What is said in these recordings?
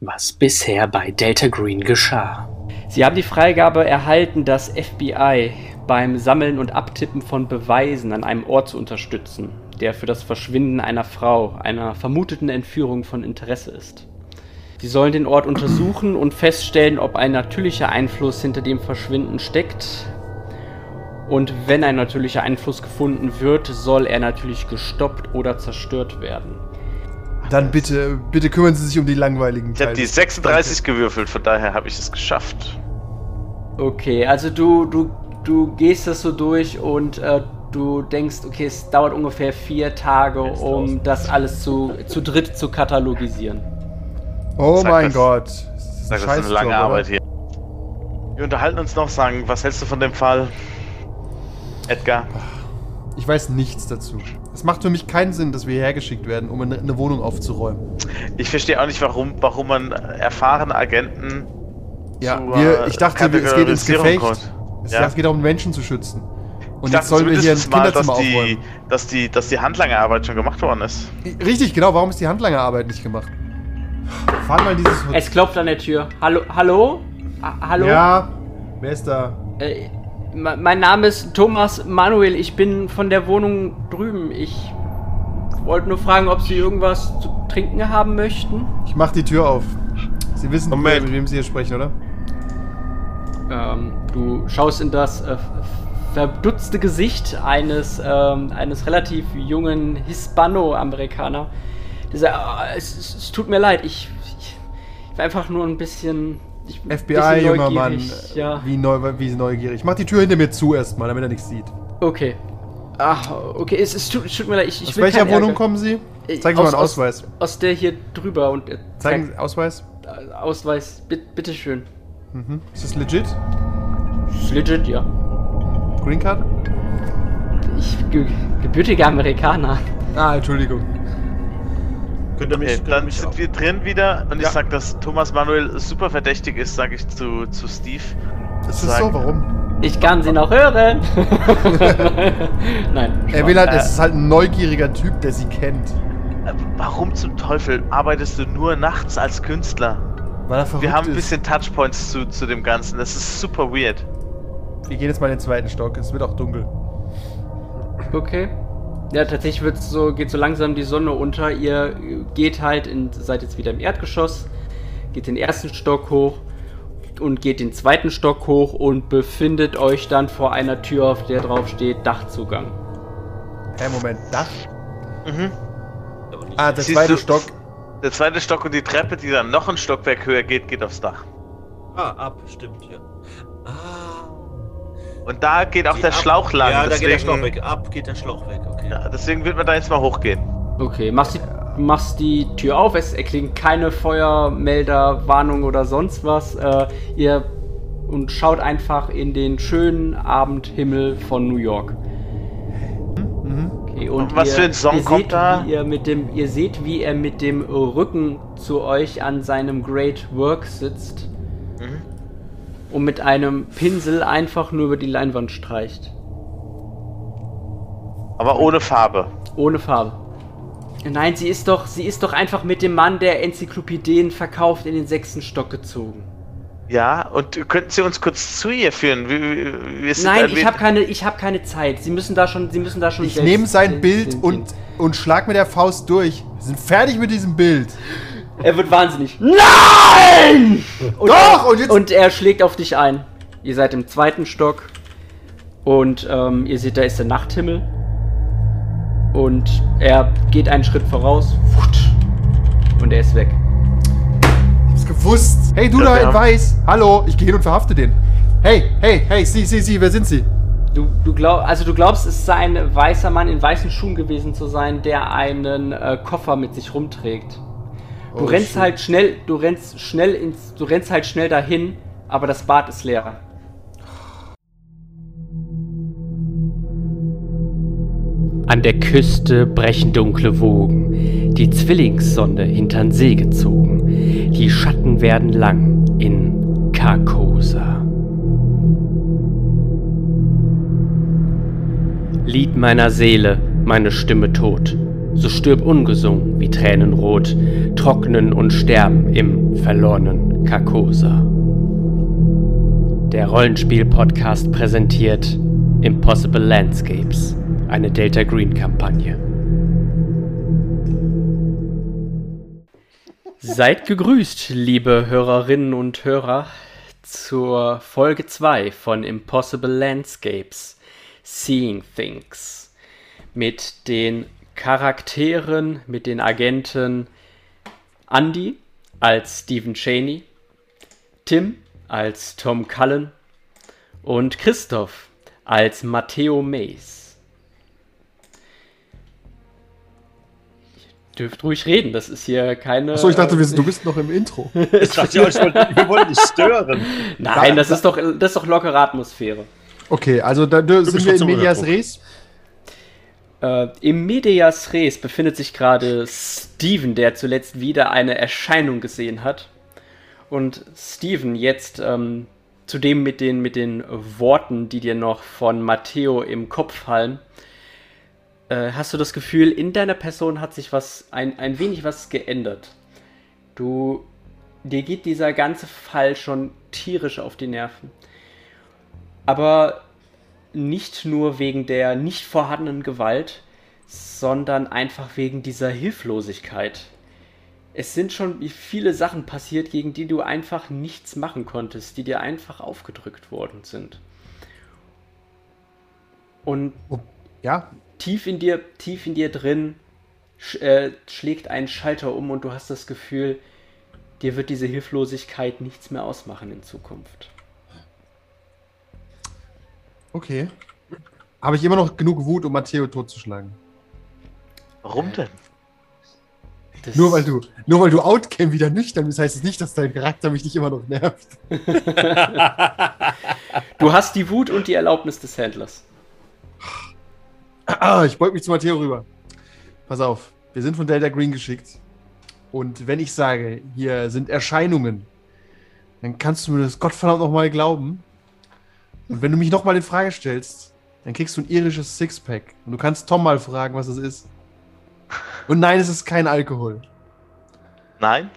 was bisher bei Delta Green geschah. Sie haben die Freigabe erhalten, das FBI beim Sammeln und Abtippen von Beweisen an einem Ort zu unterstützen, der für das Verschwinden einer Frau, einer vermuteten Entführung von Interesse ist. Sie sollen den Ort untersuchen und feststellen, ob ein natürlicher Einfluss hinter dem Verschwinden steckt. Und wenn ein natürlicher Einfluss gefunden wird, soll er natürlich gestoppt oder zerstört werden. Dann bitte, bitte kümmern Sie sich um die langweiligen Ich habe die 36 gewürfelt, von daher habe ich es geschafft. Okay, also du, du, du gehst das so durch und äh, du denkst, okay, es dauert ungefähr vier Tage, um das alles zu, zu dritt zu katalogisieren. Oh Sag mein das. Gott. Das ist Sag, das ist eine lange Scheißjob, Arbeit aber- hier. Wir unterhalten uns noch, sagen, was hältst du von dem Fall? Edgar, Ich weiß nichts dazu. Es macht für mich keinen Sinn, dass wir hierher geschickt werden, um eine, eine Wohnung aufzuräumen. ich verstehe auch nicht, warum, warum man erfahrene Agenten Ja, zu, wir, äh, ich dachte, wir- es geht ins Kategorisierung Gefecht. kommt. Es, Ja. es geht darum, Menschen zu schützen. Und ich jetzt dachte sollen wir hier ein zumindest mal, dass Kinderzimmer die, aufräumen. dass, die, dass die Handlangerarbeit schon gemacht worden ist. Richtig, genau. Warum ist die Handlangerarbeit nicht gemacht? Fahren mal in dieses Hotel. Es klopft an der Tür. Hallo? Hallo? Ah, hallo? Ja, wer ist da? Äh, me- mein Name ist Thomas Manuel. Ich bin von der Wohnung drüben. Ich wollte nur fragen, ob Sie irgendwas zu trinken haben möchten. Ich mach die Tür auf. Sie wissen, Moment. mit wem Sie hier sprechen, oder? Ähm, du schaust in das äh, verdutzte Gesicht eines, ähm, eines relativ jungen Hispano-Amerikaner. Der sagt, "Ah, es, es, es tut mir leid, ich, ich, ich war einfach nur ein bisschen. Ich, bin ein FBI, bisschen junger Mann. neugierig." Ja. Wie, neu, wie neugierig. Ich mach die Tür hinter mir zu erstmal, damit er nichts sieht. Okay. Ach, okay, es, es, tut, es tut mir leid. Ich, ich Aus will welcher keinen Wohnung Ärger. kommen Sie? Äh, Zeigen Sie mal aus- einen aus- Ausweis. Aus der hier drüber und. äh, Zeigen Sie Ausweis. zeig- äh, Ausweis, Bit, bitteschön. Mhm. Ist das legit? Ist Legit, ja. Green Card? Ich, ge, gebürtiger Amerikaner. Ah, Entschuldigung. Könnt ihr mich, Okay, könnt ihr dann mich sind auch- wir drin wieder und Ja. ich sag, dass Thomas Manuel super verdächtig ist, sage ich zu, zu Steve. Ist das Sag- so? Warum? Ich kann sie noch hören. Nein. Er Spaß. will halt, Äh. es ist halt ein neugieriger Typ, der sie kennt. Äh, Warum zum Teufel arbeitest du nur nachts als Künstler? Weil er verrückt Wir haben ein ist. bisschen Touchpoints zu, zu dem Ganzen. Das ist super weird. Wir gehen jetzt mal in den zweiten Stock, es wird auch dunkel. Okay. Ja, tatsächlich wird's so, geht so langsam die Sonne unter. Ihr geht halt in, seid jetzt wieder im Erdgeschoss, geht den ersten Stock hoch und geht den zweiten Stock hoch und befindet euch dann vor einer Tür, auf der drauf steht Dachzugang. Hey, Moment, Dach? Mhm. Ah, der Siehst zweite du- Stock. Der zweite Stock und die Treppe, die dann noch ein Stockwerk höher geht, geht aufs Dach. Ah, ab, stimmt, ja. Ah. Und da geht auch Geht der ab. Schlauch lang. Ja, da geht der deswegen, Schlauch weg. Ab geht der Schlauch weg, okay. ja, deswegen wird man da jetzt mal hochgehen. Okay, machst die, machst die Tür auf. Es erklingen keine Feuermelder, Warnung oder sonst was. Äh, ihr und schaut einfach in den schönen Abendhimmel von New York. Mhm. Okay, Und was für ein Song ihr kommt seht, da? Wie ihr, mit dem, ihr seht, wie er mit dem Rücken zu euch an seinem Great Work sitzt Mhm. und mit einem Pinsel einfach nur über die Leinwand streicht. Aber ohne Farbe. Ohne Farbe. Nein, sie ist doch, sie ist doch einfach mit dem Mann, der Enzyklopädien verkauft, in den sechsten Stock gezogen. Ja, und könnten Sie uns kurz zu ihr führen? Wir, wir- wir sind Nein, ein ich wenig- habe keine, ich habe keine Zeit. Sie müssen da schon, sie müssen da schon. Ich selbst- nehme sein selbst Bild sehen. und, und schlag mit der Faust durch. Wir sind fertig mit diesem Bild. Er wird wahnsinnig. Nein! Und Doch, und jetzt- Und er schlägt auf dich ein. Ihr seid im zweiten Stock. Und ähm, ihr seht, da ist der Nachthimmel. Und er geht einen Schritt voraus. Futsch. Und er ist weg. Hab's gewusst. Hey, du Ja, da wir in haben- Weiß. Hallo, ich gehe hin und verhafte den. Hey, hey, hey, sie, sie, sie, wer sind sie? Du, du glaub, also du glaubst, es sei ein weißer Mann in weißen Schuhen gewesen zu sein, der einen äh, Koffer mit sich rumträgt. Du Oh, rennst shit. halt schnell, du rennst schnell ins, du rennst halt schnell dahin, aber das Bad ist leer. An der Küste brechen dunkle Wogen, die Zwillingssonde hintern See gezogen. Die Schatten werden lang in Carcosa. Lied meiner Seele, meine Stimme tot. So stirb ungesungen wie Tränen rot, trocknen und sterben im verlorenen Carcosa. Der Rollenspiel-Podcast präsentiert Impossible Landscapes, eine Delta Green-Kampagne. Seid gegrüßt, liebe Hörerinnen und Hörer, zur Folge 2 von Impossible Landscapes Seeing Things mit den Charakteren, mit den Agenten Andy als Stephen Cheney, Tim als Tom Cullen und Christoph als Matteo Mays. Ihr dürft ruhig reden, das ist hier keine. Achso, ich dachte, wir sind- du bist noch im Intro. Ich dachte, ja, ich wollte, wir wollen dich stören. Nein, das ist doch, das ist doch lockere Atmosphäre. Okay, also da da sind bist wir in trotzdem Medias unter Res. Äh, Im Medias Res befindet sich gerade Steven, der zuletzt wieder eine Erscheinung gesehen hat. Und Steven, jetzt ähm, zudem mit den, mit den Worten, die dir noch von Matteo im Kopf fallen, äh, hast du das Gefühl, in deiner Person hat sich was, ein, ein wenig was geändert. Du, dir geht dieser ganze Fall schon tierisch auf die Nerven. Aber nicht nur wegen der nicht vorhandenen Gewalt, sondern einfach wegen dieser Hilflosigkeit. Es sind schon viele Sachen passiert, gegen die du einfach nichts machen konntest, die dir einfach aufgedrückt worden sind. Und Ja, tief in dir, tief in dir drin sch äh, schlägt ein Schalter um und du hast das Gefühl, dir wird diese Hilflosigkeit nichts mehr ausmachen in Zukunft. okay. Habe ich immer noch genug Wut, um Matteo totzuschlagen? Warum denn? Das- Nur weil du, nur weil du Outcam wieder nüchtern bist, heißt es nicht, dass dein Charakter mich nicht immer noch nervt. du hast die Wut und die Erlaubnis des Händlers. Ah, ich beug mich zu Matteo rüber. Pass auf, wir sind von Delta Green geschickt. Und wenn ich sage, hier sind Erscheinungen, dann kannst du mir das Gottverdammt nochmal glauben. Und wenn du mich nochmal in Frage stellst, dann kriegst du ein irisches Sixpack. Und du kannst Tom mal fragen, was es ist. Und nein, es ist kein Alkohol. Nein?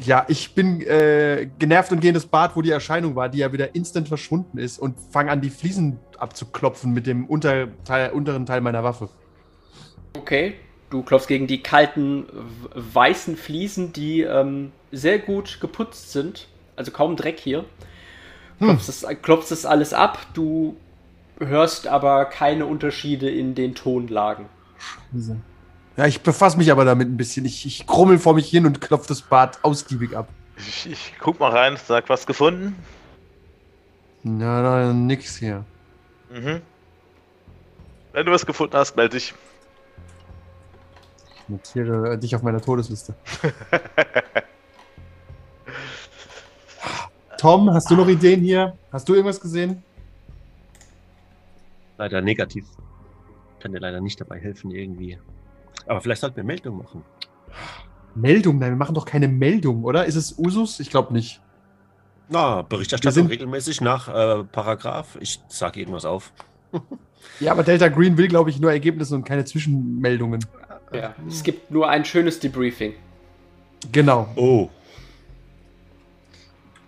Ja, ich bin äh, genervt und gehe in das Bad, wo die Erscheinung war, die ja wieder instant verschwunden ist und fange an, die Fliesen abzuklopfen mit dem Unterteil, unteren Teil meiner Waffe. Okay, du klopfst gegen die kalten w- weißen Fliesen, die ähm, sehr gut geputzt sind. Also kaum Dreck hier. Klopfst, es, klopfst es alles ab, du hörst aber keine Unterschiede in den Tonlagen. Ja, ich befasse mich aber damit ein bisschen. Ich, ich krummel vor mich hin und klopfe das Bad ausgiebig ab. Ich, ich guck mal rein, sag, was gefunden? Na, na, nix hier. Mhm. Wenn du was gefunden hast, melde dich. Ich notiere äh, dich auf meiner Todesliste. Tom, hast du noch Ideen hier? Hast du irgendwas gesehen? Leider negativ. Kann dir leider nicht dabei helfen, irgendwie. Aber vielleicht sollten wir Meldung machen. Meldung? Nein, wir machen doch keine Meldung, oder? Ist es Usus? Ich glaube nicht. Na, Wir Berichterstattung sind- regelmäßig nach äh, Paragraph. Ich sage irgendwas auf. Ja, aber Delta Green will, glaube ich, nur Ergebnisse und keine Zwischenmeldungen. Ja. Es gibt nur ein schönes Debriefing. Genau. Oh.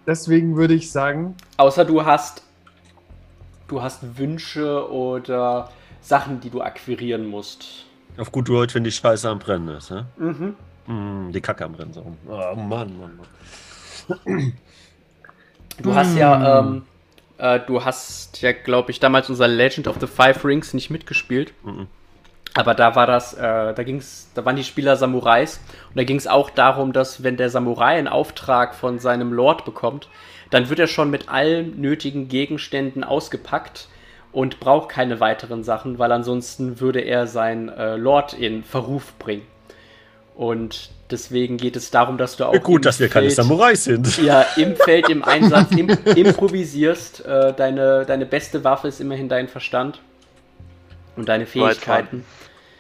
Deswegen würde ich sagen, Außer du hast du hast Wünsche oder Sachen, die du akquirieren musst. Auf gut Deutsch, wenn die Scheiße am Brennen ist. Ne? Mhm. Mm, die Kacke am Brennen. So. Oh Mann, Mann, Mann. Du hast ja, ähm, äh, du hast ja, glaube ich, damals unser Legend of the Five Rings nicht mitgespielt. Mhm. Aber da war das, äh, da ging's, da waren die Spieler Samurais und da ging es auch darum, dass wenn der Samurai einen Auftrag von seinem Lord bekommt, dann wird er schon mit allen nötigen Gegenständen ausgepackt und braucht keine weiteren Sachen, weil ansonsten würde er seinen äh, Lord in Verruf bringen. Und deswegen geht es darum, dass du auch Gut, im dass wir keine Feld- Samurais sind. ja, im Feld, im Einsatz, im, improvisierst. Äh, deine, deine beste Waffe ist immerhin dein Verstand und deine Fähigkeiten.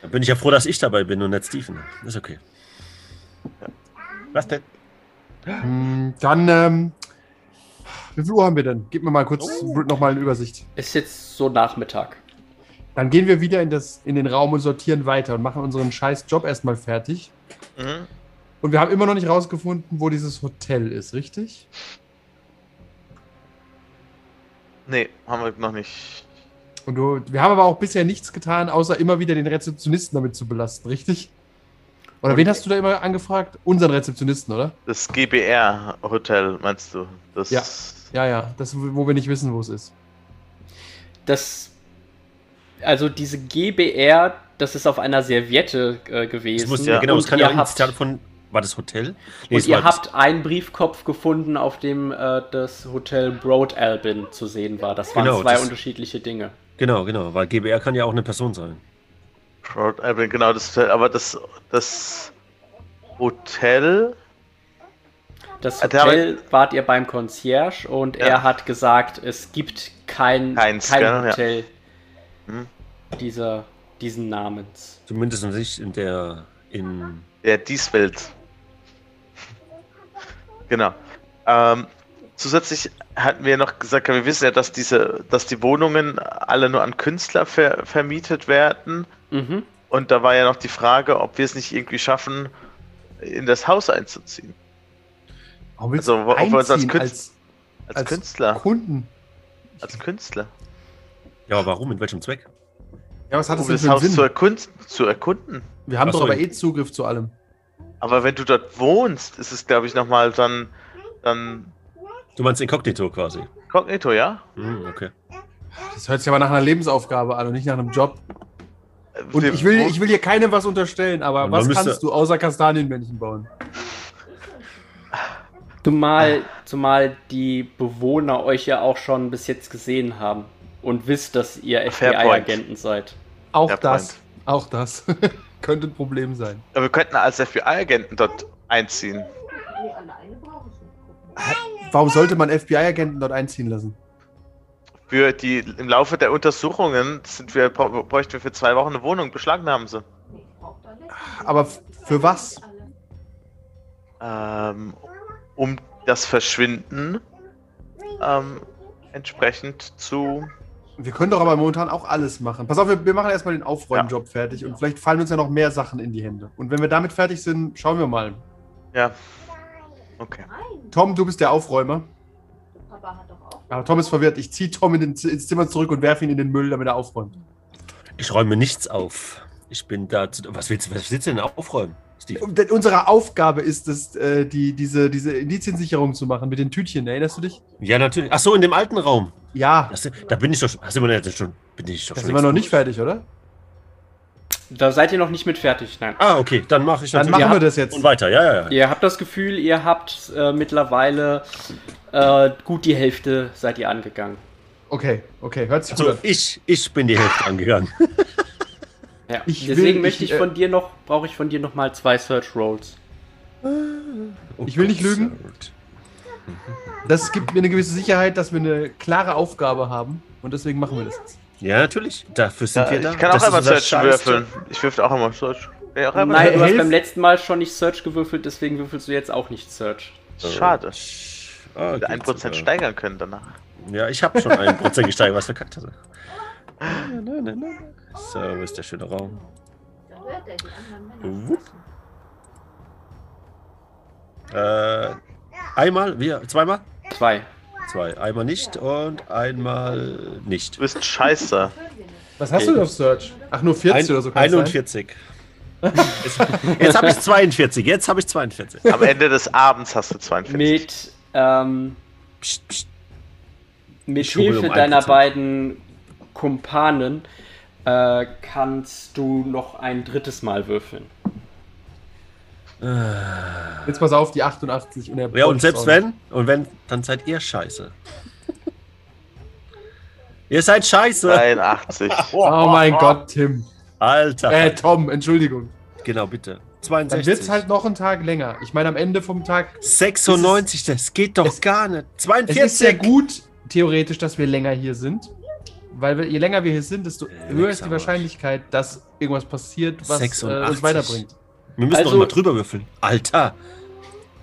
Da bin ich ja froh, dass ich dabei bin und nicht Steven. Ist okay. Was denn? mh, dann, ähm, wie viel Uhr haben wir denn? Gib mir mal kurz Oh. nochmal eine Übersicht. Ist jetzt so Nachmittag. Dann gehen wir wieder in, das, in den Raum und sortieren weiter und machen unseren scheiß Job erstmal fertig. Mhm. Und wir haben immer noch nicht rausgefunden, wo dieses Hotel ist, richtig? Nee, haben wir noch nicht. Und du, wir haben aber auch bisher nichts getan, außer immer wieder den Rezeptionisten damit zu belasten, richtig? Oder wen hast du da immer angefragt? Unseren Rezeptionisten, oder? Das GBR-Hotel, meinst du? Das Ja. Ja, ja, das, wo wir nicht wissen, wo es ist. Das. Also diese GBR, das ist auf einer Serviette äh, gewesen. Das muss, ja. ja, genau, das Und kann ihr ja auch ein habt- Zitat von. War das Hotel? Und es ihr war- habt einen Briefkopf gefunden, auf dem äh, das Hotel Broad Albin zu sehen war. Das waren Genau, zwei das- unterschiedliche Dinge. Genau, genau, weil GBR kann ja auch eine Person sein. Rhode Island, genau, das Hotel. Aber das, das Hotel. Das Ah, der- Hotel wart ihr beim Concierge und Ja. er hat gesagt, es gibt kein, Kein Scanner, ja. Hotel Hm. dieser, diesen Namens. Zumindest nicht in der. In, Ja, Dieswelt. genau. Ähm, zusätzlich hatten wir noch gesagt, wir wissen ja, dass diese, dass die Wohnungen alle nur an Künstler ver vermietet werden. Mhm. Und da war ja noch die Frage, ob wir es nicht irgendwie schaffen, in das Haus einzuziehen. Warum willst Also, du wo- ob wir uns als einziehen Künst- Als, Als Künstler. Kunden? Als Künstler. ja, warum? Mit welchem Zweck? Ja, was hat Um das das denn für Haus einen zu, Sinn? erkund zu erkunden. Wir haben Ach doch so, aber ja. eh Zugriff zu allem. Aber wenn du dort wohnst, ist es, glaube ich, nochmal dann, dann Du meinst Inkognito quasi. Kognito, ja? Hm, okay. Das hört sich aber nach einer Lebensaufgabe an und nicht nach einem Job. Und Wir- ich will, ich will hier keinem was unterstellen, aber Man was müsste- kannst du außer Kastanienmännchen bauen? Zumal, Ah. zumal die Bewohner euch ja auch schon bis jetzt gesehen haben und wisst, dass ihr Fair FBI-Agenten seid. Auch Ja, das. Auch das. Könnte ein Problem sein. Aber wir könnten als FBI-Agenten dort einziehen. Warum sollte man FBI-Agenten dort einziehen lassen? Für die, im Laufe der Untersuchungen sind wir, brau- bräuchten wir für zwei Wochen eine Wohnung, beschlagnahmen sie. Aber f- für was? Ähm, um das Verschwinden ähm, entsprechend zu. Wir können doch aber momentan auch alles machen. Pass auf, wir, wir machen erstmal den Aufräumjob fertig und vielleicht fallen uns ja noch mehr Sachen in die Hände. Und wenn wir damit fertig sind, schauen wir mal. Ja. Okay. Tom, du bist der Aufräumer. Aber Tom ist verwirrt. Ich ziehe Tom in den, Z- ins Zimmer zurück und werfe ihn in den Müll, damit er aufräumt. Ich räume nichts auf. Ich bin da zu. Was willst, was willst du denn aufräumen, Steve? Und denn unsere Aufgabe ist es, äh, die, diese, diese Indiziensicherung zu machen mit den Tütchen. Erinnerst du dich? Ja, natürlich. Ach so, in dem alten Raum. Ja, Das, da bin ich doch schon. Sind wir jetzt schon bin ich doch da schon sind wir noch längst nicht durch. fertig, oder? Da seid ihr noch nicht mit fertig, nein. Ah, okay. Dann mache ich Dann natürlich- machen wir das jetzt. und weiter. Ja, ja, ja. Ihr habt das Gefühl, ihr habt äh, mittlerweile äh, gut die Hälfte seid ihr angegangen. Okay, okay, hört sich gut So, an. ich, ich bin die Hälfte angegangen. Ja. Ich will- Deswegen möchte ich, ich, äh, von dir noch, brauche ich von dir noch mal zwei Search Rolls. Oh Ich will nicht Gott, lügen. Sarah. Das gibt mir eine gewisse Sicherheit, dass wir eine klare Aufgabe haben und deswegen machen wir das jetzt. Ja, natürlich. Dafür sind Ja, wir da. ich kann auch Das ist einmal unser searchen scheiß würfeln. Ich würfte auch einmal search. Kann ich auch einmal Nein, du hast hilf- beim letzten Mal schon nicht Search gewürfelt, deswegen würfelst du jetzt auch nicht Search. Oh, search. Schade. Search. Ah, Hätte geht's 1% sogar. steigern können danach. Ja, ich habe schon einen Prozent gesteigert, was verkackt hatte. Nein, nein, nein, nein. So, wo ist der schöne Raum? Wupp. Äh, einmal, wir, zweimal? Zwei. Zwei. Einmal nicht und einmal nicht. Du bist scheiße. Was hast du denn auf Search? Ach, nur 40 oder so es sein. 41. Jetzt, jetzt habe ich 42. Jetzt habe ich 42. Am Ende des Abends hast du 42. Mit, ähm, Psst, psst. mit Ich schrubbel Hilfe um deiner 1%. beiden Kumpanen äh, kannst du noch ein drittes Mal würfeln. Jetzt pass auf, die 88 und er Ja, und selbst wenn, und wenn, dann seid ihr scheiße. ihr seid scheiße. 83. Oh mein Gott, Tim. Alter. Äh, Tom, Entschuldigung. genau, bitte. Dann 62. wird's halt noch einen Tag länger. Ich meine, am Ende vom Tag. 96, das geht doch Es- gar nicht. Es 42. ist sehr gut, theoretisch, dass wir länger hier sind. Weil wir, je länger wir hier sind, desto Äh, höher nix ist die am Wahrscheinlichkeit, dass irgendwas passiert, was äh, uns 86. weiterbringt. Wir müssen Also- doch mal drüber würfeln. Alter.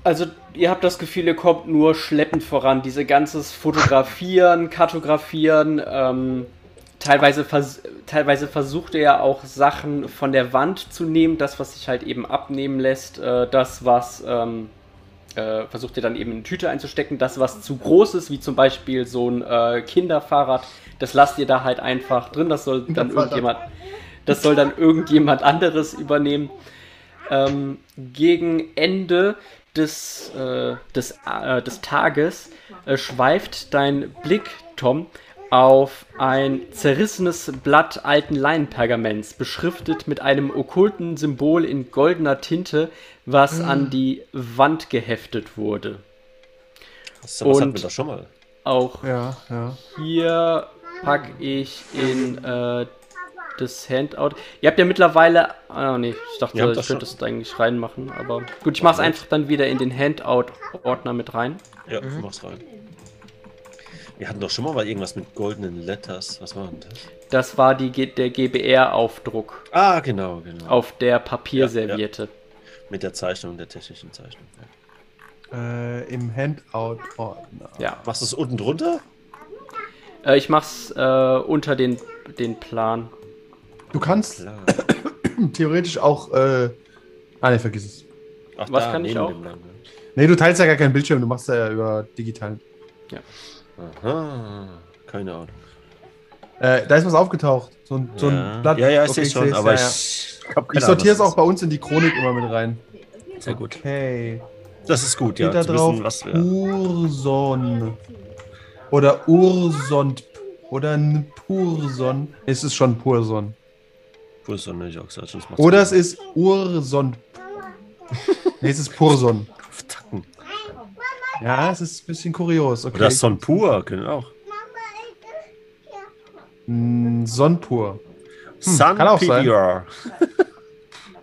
Also, ihr habt das Gefühl, ihr kommt nur schleppend voran. Diese ganzes Fotografieren, Kartografieren, ähm, Teilweise, vers teilweise versucht er ja auch Sachen von der Wand zu nehmen, das, was sich halt eben abnehmen lässt, äh, das, was ähm, äh, versucht er dann eben in eine Tüte einzustecken, das, was zu groß ist, wie zum Beispiel so ein äh, Kinderfahrrad, das lasst ihr da halt einfach drin, das soll dann Kinderfahrrad. irgendjemand, das soll dann irgendjemand anderes übernehmen. Ähm, gegen Ende des, äh, des, äh, des Tages äh, schweift dein Blick, Tom, auf ein zerrissenes Blatt alten Leinenpergaments, beschriftet mit einem okkulten Symbol in goldener Tinte, was an die Wand geheftet wurde. Das sowas hatten Und- wir doch schon mal. Auch Ja, ja. hier packe ich in äh, das Handout. Ihr habt ja mittlerweile. Ah, nee, ich dachte, Wir haben ich das könnte schon. das eigentlich reinmachen, aber gut, ich mach's einfach dann wieder in den Handout-Ordner mit rein. Ja, Mhm. mach's rein. Wir hatten doch schon mal mal irgendwas mit goldenen Letters. Was war denn das? Das war die, G- der GBR-Aufdruck Ah, genau, genau. auf der Papierserviette. Mit der Zeichnung, der technischen Zeichnung. Ja. Äh, Im Oh, Handout-Ordner. Ja. Machst du es unten drunter? Äh, ich mach's äh, unter den, den Plan. Du kannst hm, Klar. theoretisch auch. Äh, ah, ne, vergiss es. Ach, Was kann ich neben auch? dem ne? Namen, Nee, du teilst ja gar keinen Bildschirm, du machst ja über digitalen. ja. Aha, keine Ahnung. Äh, da ist was aufgetaucht. So ein, so ein ja. Blatt. Ja, ja, ich Okay, seh's schon, seh's, aber ja, ja. ich. hab keine Ich sortiere es Ahnung, was auch bei uns in die Chronik immer mit rein. ist. Sehr gut. Okay. Das ist gut, ja. Steht da zu drauf wissen, was wir. Urson. Oder Ursond. Oder ein Purson. Es ist schon Purson. Pulson, hätte ich auch gesagt. sonst macht's Oder es keiner. ist Ursond. nee, es ist Purson. Tacken. Ja, es ist ein bisschen kurios. Okay. Oder Son Pur, können auch. Mm, Sonpur. Sun kann auch PDR.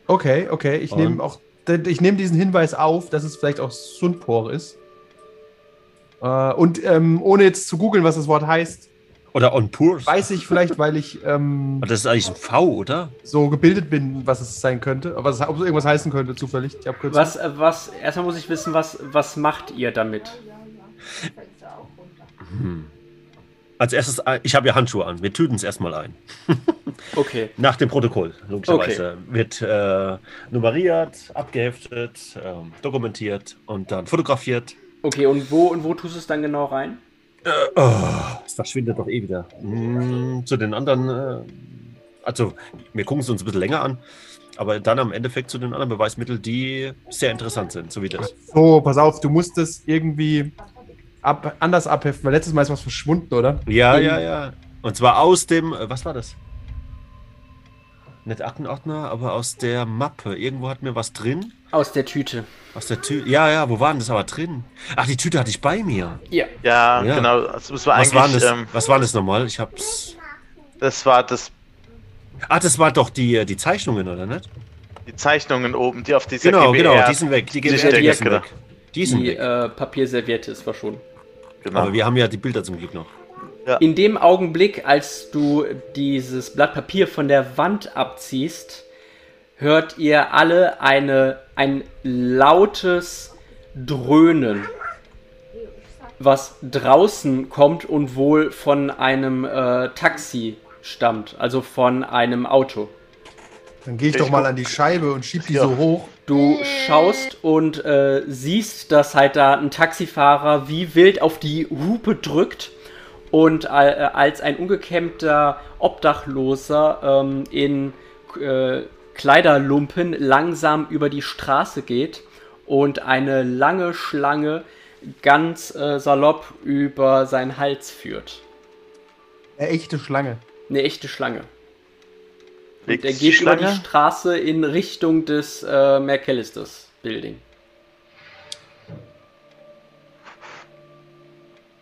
Okay, okay. Ich Und? nehme auch, ich nehme diesen Hinweis auf, dass es vielleicht auch Sunpor ist. Äh, und ähm, ohne jetzt zu googeln, was das Wort heißt, Oder On Pur. weiß ich vielleicht, weil ich ähm, Aber Das ist eigentlich ein V, oder? so gebildet bin, was es sein könnte, aber was, ob es irgendwas heißen könnte, zufällig. Die Abkürzung. Was, äh, was, erstmal muss ich wissen, was, was macht ihr damit? Hm. Als erstes, äh, ich habe ja Handschuhe an. Wir tüten es erstmal ein. Okay. Nach dem Protokoll, logischerweise. Wird äh, nummeriert, abgeheftet, ähm, dokumentiert und dann fotografiert. Okay, und wo und wo tust du es dann genau rein? Oh, es verschwindet doch eh wieder. Mm, zu den anderen, äh, also wir gucken es uns ein bisschen länger an, aber dann am Endeffekt zu den anderen Beweismitteln, die sehr interessant sind, so wie das. So, pass auf, du musst es irgendwie ab, anders abheften, weil letztes Mal ist was verschwunden, oder? Ja, ja, ja. Und zwar aus dem, äh, was war das? Nicht Aktenordner, aber aus der Mappe. Irgendwo hat mir was drin. Aus der Tüte. Aus der Tüte. Ja, ja, wo war denn das aber drin? Ach, die Tüte hatte ich bei mir. Ja. Ja, Ja. genau. Also, es war Was eigentlich, war denn das, ähm, was war denn das nochmal? Ich hab's. das war das, Ah, das war doch die, äh, die Zeichnungen, oder nicht? die Zeichnungen oben, die auf dieser Genau, GBR. genau, die sind weg. Die Die GBR, sind die weg, sind genau. weg. Die sind Die weg. äh, Papierserviette ist verschwunden. genau. also Aber wir haben ja die Bilder zum Glück noch. In dem Augenblick, als du dieses Blatt Papier von der Wand abziehst, hört ihr alle eine, ein lautes Dröhnen, was draußen kommt und wohl von einem äh, Taxi stammt, also von einem Auto. Dann gehe ich, Ich doch mal guck- an die Scheibe und schieb die Ja. so hoch. Du schaust und äh, siehst, dass halt da ein Taxifahrer wie wild auf die Hupe drückt und äh, als ein ungekämmter Obdachloser ähm, in äh, Kleiderlumpen langsam über die Straße geht und eine lange Schlange ganz äh, salopp über seinen Hals führt. Eine echte Schlange. Eine echte Schlange. Und Legt er sich die geht über die Schlange? Straße in Richtung des äh, McAllisters Building.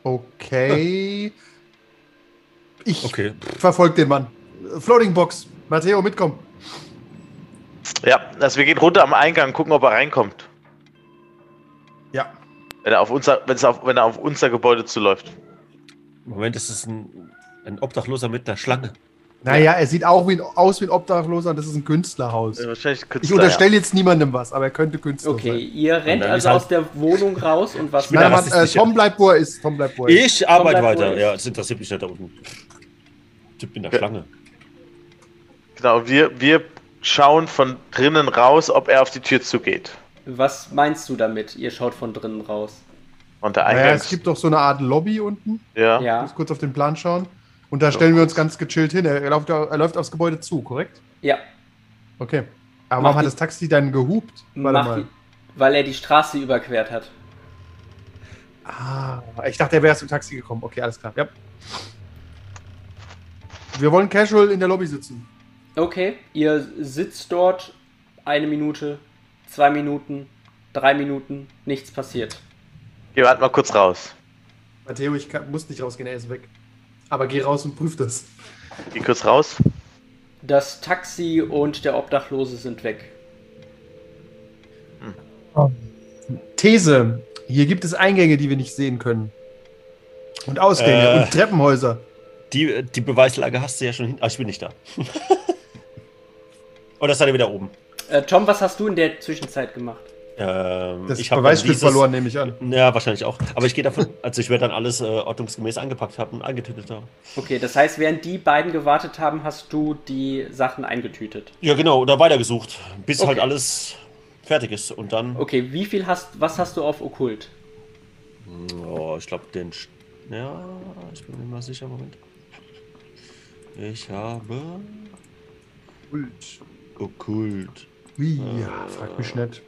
Okay. Ich Okay. verfolge den Mann. Floating Box. Matteo, mitkommen. Ja, also wir gehen runter am Eingang, gucken, ob er reinkommt. Ja. Wenn er auf unser, wenn's auf, wenn er auf unser Gebäude zuläuft. Moment, das ist ein, ein Obdachloser mit einer Schlange. Naja, er sieht auch wie ein, aus wie ein Obdachloser und das ist ein Künstlerhaus. Äh, Wahrscheinlich ich Künstler, unterstelle jetzt niemandem was, aber er könnte Künstler Okay, sein. ihr rennt dann ist also halt- aus der Wohnung raus und was Ich bin Nein, da Mann, äh, rassistisch, ja. Tom bleibt, wo er ist. Tom bleibt, wo er ist. Ich arbeite bleib ruhig. weiter. Ja, es interessiert mich nicht da unten. Typ in der Ja. Schlange. Genau, wir, wir schauen von drinnen raus, ob er auf die Tür zugeht. Was meinst du damit? Ihr schaut von drinnen raus. Und der Naja, Eingang. es gibt doch so eine Art Lobby unten. ja. Ja. Muss kurz auf den Plan schauen. Und da stellen wir uns ganz gechillt hin. Er läuft, er läuft aufs Gebäude zu, korrekt? Ja. Okay. Aber Mach warum hat die- das Taxi dann gehupt? Warte Mach mal. die- Weil er die Straße überquert hat. Ah, ich dachte, er wäre erst im Taxi gekommen. Okay, alles klar. Ja. Wir wollen casual in der Lobby sitzen. Okay, ihr sitzt dort eine Minute, zwei Minuten, drei Minuten, nichts passiert. Geh warte mal kurz raus. Matteo, ich kann, muss nicht rausgehen, er ist weg. Aber geh raus und prüf das. Geh kurz raus. Das Taxi und der Obdachlose sind weg. These. Hier gibt es Eingänge, die wir nicht sehen können. Und Ausgänge Äh. und Treppenhäuser. Die, die Beweislage hast du ja schon hin. Ah, ich bin nicht da. Oder seid ihr wieder oben? Äh, Tom, was hast du in der Zwischenzeit gemacht? Ähm, Das hab Beweisstück dann dieses- verloren, nehme ich an. Ja, wahrscheinlich auch. Aber ich gehe davon, also ich werde dann alles äh, ordnungsgemäß angepackt haben und eingetütet haben. Okay, das heißt, während die beiden gewartet haben, hast du die Sachen eingetütet. Ja, genau, oder weitergesucht, bis Okay. halt alles fertig ist. Und dann, Okay, wie viel hast, was hast du auf Okkult? oh, ich glaube, den. Sch- Ja, ich bin mir nicht mal sicher, Moment. Ich habe. Gut. Okkult. Ui, ja, frag mich nicht.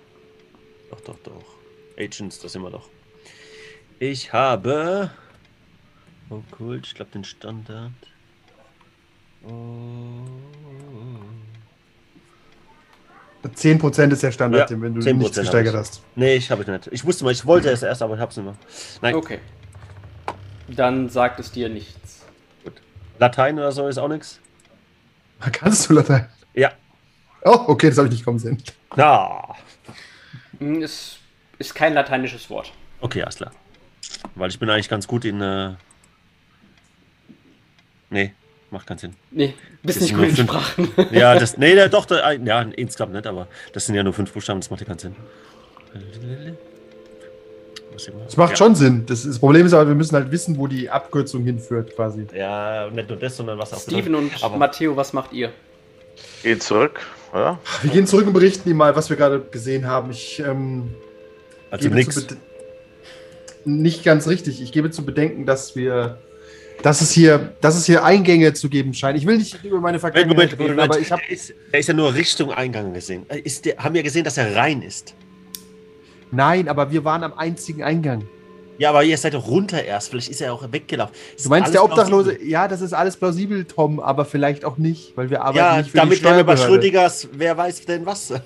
Doch, doch, doch. Agents, das sind wir doch. Ich habe. Okkult, ich glaube, den Standard. Oh. 10% ist der Standard, Ja, den wenn du 10% nicht gesteigert habe ich. hast. Nee, ich habe ich nicht. Ich wusste mal, ich wollte es erst, aber ich hab's nicht mehr. Nein, Okay. Dann sagt es dir nichts. Latein oder so ist auch nichts. Kannst du Latein? Ja. Oh, okay, das habe ich nicht kommen sehen. Na. Hm, Es ist kein lateinisches Wort. Okay, alles klar. Weil ich bin eigentlich ganz gut in. Äh... Nee, macht keinen Sinn. Nee, bist Das nicht sind gut in nur Sprachen. Ja, das. Nee, der, doch, der, ja, insgesamt nicht, aber das sind ja nur fünf Buchstaben, das macht ja keinen Sinn. Was immer. Das macht ja. schon Sinn. Das, ist- das Problem ist aber, wir müssen halt wissen, wo die Abkürzung hinführt, quasi. Ja, und nicht nur das, sondern was auch Steven und aber- Matteo, was macht ihr? Geh zurück. Oder? Wir gehen zurück und berichten ihm mal, was wir gerade gesehen haben. Ich ähm, Also gebe zu nix. bede- nicht ganz richtig. Ich gebe zu bedenken, dass wir, dass es hier, dass es hier Eingänge zu geben scheint. Ich will nicht über meine Moment, Vergangenheit Moment, reden, Moment, aber ich habe der, ist, der ist ja nur Richtung Eingang gesehen. Äh, Ist der, haben wir gesehen, dass er rein ist. nein, aber wir waren am einzigen Eingang. Ja, aber ihr seid doch runter erst. Vielleicht ist er auch weggelaufen. Ist Du meinst alles der Obdachlose? plausibel. Ja, das ist alles plausibel, Tom, aber vielleicht auch nicht, weil wir arbeiten Ja, nicht für die damit wären wir bei Steuerbehörde. Schrödigers. Wer weiß denn was?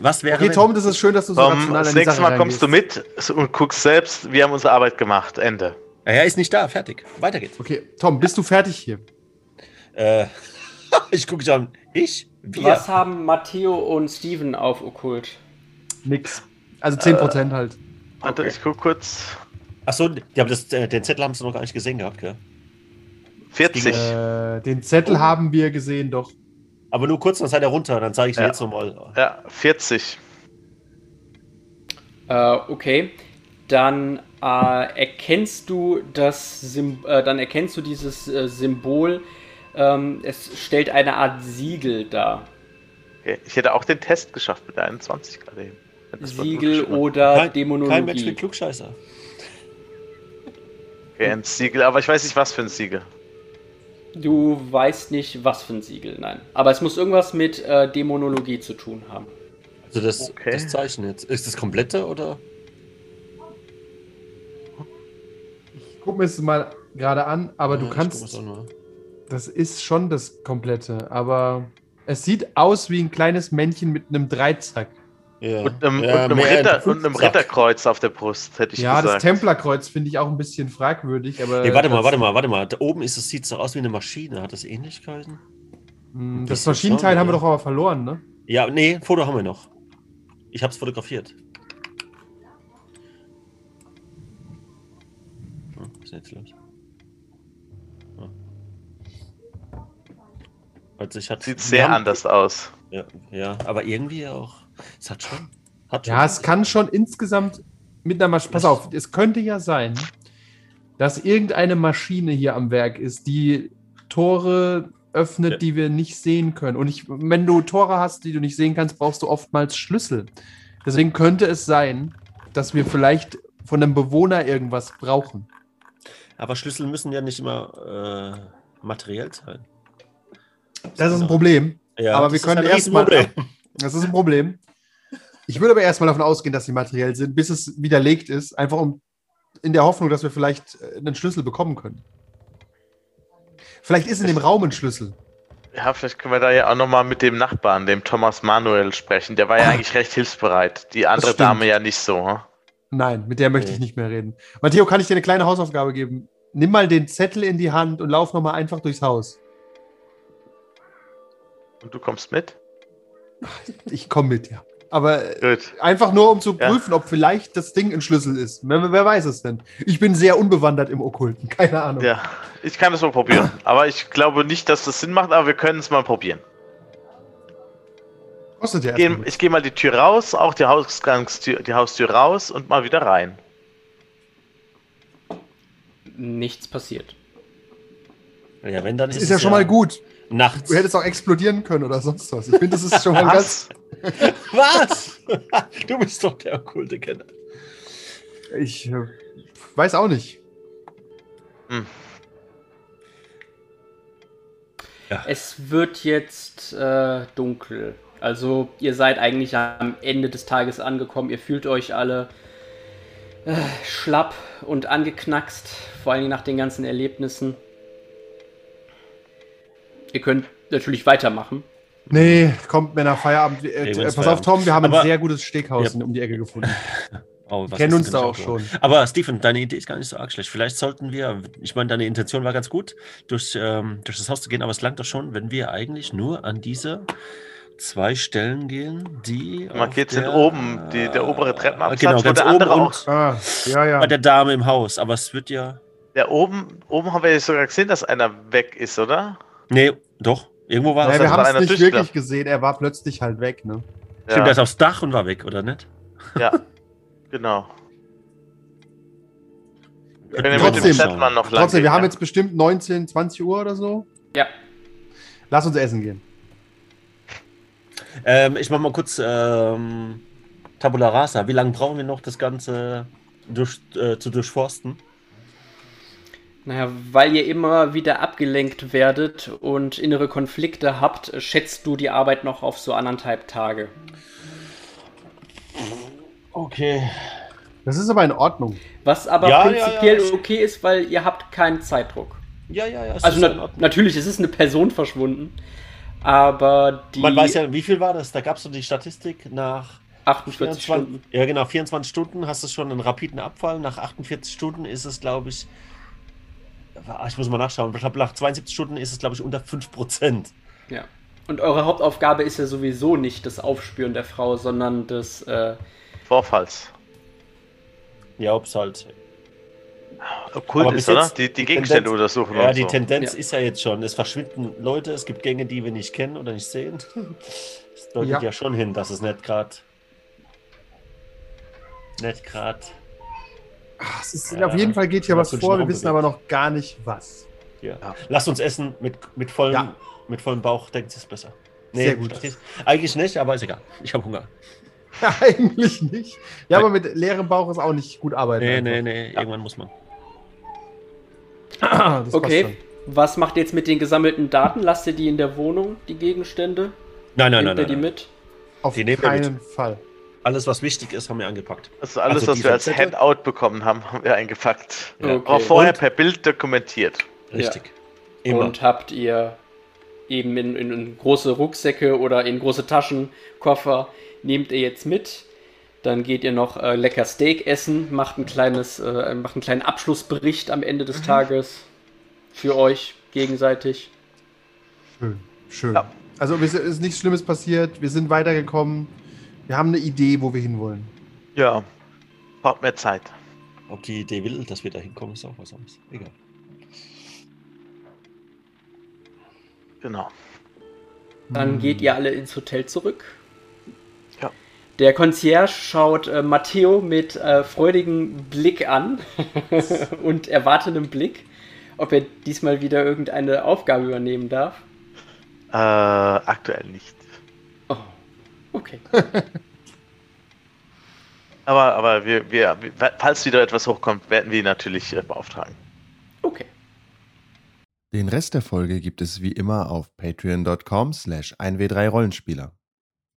Was wäre. Okay, wenn- Tom, das ist schön, dass du so Tom, das die nächste Sache Mal kommst du reingehst. mit und guckst selbst. Wir haben unsere Arbeit gemacht. Ende. Ja, er ist nicht da. Fertig. Weiter geht's. Okay, Tom, bist du fertig hier? Äh, ich gucke dich an. Ich? Wir? Was haben Matteo und Steven auf Okkult? Nix. Also Äh, 10% halt. Warte, Okay. ich guck kurz. Achso, ja, aber das, äh, den Zettel haben sie noch gar nicht gesehen gehabt, gell? 40. Äh, den Oh. Zettel haben wir gesehen, doch. Aber nur kurz, dann seid ihr runter. Dann zeige ich dir Ja. jetzt nochmal. äh Ja, 40. Äh, okay. Dann äh, erkennst du das Sym äh, dann erkennst du dieses äh, Symbol. Ähm, es stellt eine Art Siegel dar. Okay. Ich hätte auch den Test geschafft mit der 21 gerade eben. Wenn das mal gut Siegel geschrieben oder Kein- Kein Mensch Dämonologie. will Klugscheißer. hat. Okay, ein Siegel, aber ich weiß nicht, was für ein Siegel. du weißt nicht, was für ein Siegel, nein. Aber es muss irgendwas mit äh, Dämonologie zu tun haben. Also das, Okay. das Zeichen jetzt. Ist das komplette oder? Ich guck mir es mal gerade an, aber Ja, du ich guck kannst. es auch nur. Das ist schon das komplette, aber es sieht aus wie ein kleines Männchen mit einem Dreizack. Ja. Und einem, Ja, und einem, mehr Ritter, als und einem Fünfsack. Ritterkreuz auf der Brust, hätte ich Ja, das gesagt. Templerkreuz finde ich auch ein bisschen fragwürdig, aber. Nee, warte mal, Äh, das- warte mal, warte mal. Da oben ist es, sieht es doch aus wie eine Maschine. Hat das Ähnlichkeiten? Mh, hm, Das bisschen Maschinenteil schon, haben wir ja. doch aber verloren, ne? Ja, nee, ein Foto haben wir noch. Ich hab's fotografiert. Hm, was ist denn jetzt los? Hm. Ah. Also ich hatte, Sieht sehr haben- anders aus. Ja, ja, aber irgendwie auch. Es hat schon. Hat schon Ja, es kann schon insgesamt mit einer Maschine. Pass Das- auf, es könnte ja sein, dass irgendeine Maschine hier am Werk ist, die Tore öffnet, Ja. die wir nicht sehen können. Und ich, wenn du Tore hast, die du nicht sehen kannst, brauchst du oftmals Schlüssel. Deswegen könnte es sein, dass wir vielleicht von einem Bewohner irgendwas brauchen. Aber Schlüssel müssen ja nicht immer äh, materiell sein. Das ist ein Ja. Problem. Ja, aber das wir ist können ein erstmal. Riesenproblem. Das ist ein Problem. Ich würde aber erstmal davon ausgehen, dass sie materiell sind, bis es widerlegt ist, einfach um in der Hoffnung, dass wir vielleicht äh, einen Schlüssel bekommen können. Vielleicht ist in dem Raum ein Schlüssel. Ja, vielleicht können wir da ja auch nochmal mit dem Nachbarn, dem Thomas Manuel, sprechen. Der war ja eigentlich recht hilfsbereit. Die andere stimmt. Dame ja nicht so. Hm? Nein, mit der möchte ich Nee. nicht mehr reden. Matteo, kann ich dir eine kleine Hausaufgabe geben? Nimm mal den Zettel in die Hand und lauf nochmal einfach durchs Haus. Und du kommst mit? Ich komme mit, ja. Aber äh, Gut. einfach nur, um zu Ja. prüfen, ob vielleicht das Ding ein Schlüssel ist. Wer, wer weiß es denn? Ich bin sehr unbewandert im Okkulten, keine Ahnung. Ja, ich kann es mal probieren. Aber ich glaube nicht, dass das Sinn macht, aber wir können es mal probieren. Kostet ja Ich erstmal gehe nichts. ich geh mal die Tür raus, auch die Hausgangstür, die Haustür raus und mal wieder rein. Nichts passiert. Ja, wenn, dann Das ist, ist es ja schon mal gut. Nachts. Du hättest auch explodieren können oder sonst was. Ich finde, das ist schon mal ganz. Was? Was? du bist doch der okkulte Kenner. Ich äh, weiß auch nicht. Es wird jetzt äh, dunkel. Also ihr seid eigentlich am Ende des Tages angekommen. Ihr fühlt euch alle äh, schlapp und angeknackst, vor allen Dingen nach den ganzen Erlebnissen. Ihr könnt natürlich weitermachen. Nee, kommt Männer, Feierabend. Äh, Ey, t- wenn's äh, pass auf, Feierabend. Tom, wir haben Aber- ein sehr gutes Steakhaus Ja. um die Ecke gefunden. Oh, was Kennen ist uns denn da für ein auch Autor? schon. Aber Stephen, deine Idee ist gar nicht so arg schlecht. Vielleicht sollten wir, ich meine, deine Intention war ganz gut, durch, ähm, durch das Haus zu gehen, aber es langt doch schon, wenn wir eigentlich nur an diese zwei Stellen gehen, die. auf Markiert sind der- äh, oben, die- der obere Treppenabsatz, Genau, wo ganz der oben andere auch- und Ah, ja, ja. bei der Dame im Haus, aber es wird ja. Ja, oben, oben haben wir ja sogar gesehen, dass einer weg ist, oder? Nee, doch, irgendwo war Naja, es. das wir Ja, war haben einer es nicht Tischler. wirklich gesehen, er war plötzlich halt weg, ne? Stimmt, der ist aufs Dach und war weg, oder nicht? ja, genau. Wir können ja mit dem Trotzdem- Chatmann noch lang Trotzdem, gehen, wir haben ja. jetzt bestimmt 19, 20 Uhr oder so. Ja, Lass uns essen gehen. Ähm, ich mach mal kurz ähm, Tabula Rasa. Wie lange brauchen wir noch, das Ganze durch, äh, zu durchforsten? naja, weil ihr immer wieder abgelenkt werdet und innere Konflikte habt, schätzt du die Arbeit noch auf so anderthalb Tage. Okay. Das ist aber in Ordnung. Was aber Ja, ja, ja, prinzipiell ist- okay ist, weil ihr habt keinen Zeitdruck. Ja, ja, ja. es Also ist in na Ordnung. natürlich, es ist eine Person verschwunden, aber die Man weiß ja, wie viel war das? Da gab es so die Statistik nach 48 24, Stunden. ja, genau, 24 Stunden hast du schon einen rapiden Abfall. Nach 48 Stunden ist es, glaube ich, ah, ich muss mal nachschauen. Ich glaub, nach 72 Stunden ist es, glaube ich, unter 5%. Ja. Und eure Hauptaufgabe ist ja sowieso nicht das Aufspüren der Frau, sondern das äh, Vorfalls. Ja, ob's halt. Okkult Aber ist, bis oder? jetzt Die, die die Gegenstände Tendenz- untersuchen Ja, und die so. Tendenz Ja. ist ja jetzt schon. Es verschwinden Leute, es gibt Gänge, die wir nicht kennen oder nicht sehen. Es deutet Ja. ja, schon hin, dass es nicht gerade. Nicht gerade. Ah, es ist, Ja, auf jeden Fall geht hier das was wird vor, wir schon wissen aber rumgewegt. noch gar nicht was. Ja. Ja. Lasst uns essen mit, mit, vollem, Ja. mit vollem Bauch, denkt es besser. Sehr gut. Statis- Eigentlich nicht, aber ist egal. Ich habe Hunger. Eigentlich nicht. Ja, Nein. aber mit leerem Bauch ist auch nicht gut arbeiten. Nee, einfach. nee, nee, irgendwann muss man. Ah, das passt Okay. schon. Was macht ihr jetzt mit den gesammelten Daten? Lasst ihr die in der Wohnung, die Gegenstände? Nein, Nehmt nein, nein, ihr nein. die nein. mit? Auf Die nehmen wir mit. keinen Fall. Alles, was wichtig ist, haben wir angepackt. Das ist alles, Also was die wir als Facette? Handout bekommen haben, haben wir eingepackt. Ja. Okay. Aber vorher Und- per Bild dokumentiert. Richtig. Immer. Und habt ihr eben in, in, in große Rucksäcke oder in große Taschen, Koffer, nehmt ihr jetzt mit. Dann geht ihr noch äh, lecker Steak essen, macht ein kleines, äh, macht einen kleinen Abschlussbericht am Ende des Tages für euch gegenseitig. Schön. Schön. Ja. Also es ist nichts Schlimmes passiert, wir sind weitergekommen. Wir haben eine Idee, wo wir hinwollen. Ja. Braucht mehr Zeit. Ob die Idee will, dass wir da hinkommen, ist auch was anderes. Egal. Genau. Dann Hm. geht ihr alle ins Hotel zurück. Ja. Der Concierge schaut äh, Matteo mit äh, freudigem Blick an und erwartendem Blick, ob er diesmal wieder irgendeine Aufgabe übernehmen darf. Äh, aktuell nicht. Oh, okay. Aber, aber wir, wir, wir- falls wieder etwas hochkommt, werden wir ihn natürlich äh, beauftragen. Okay. Den Rest der Folge gibt es wie immer auf patreon.com slash 1w3rollenspieler.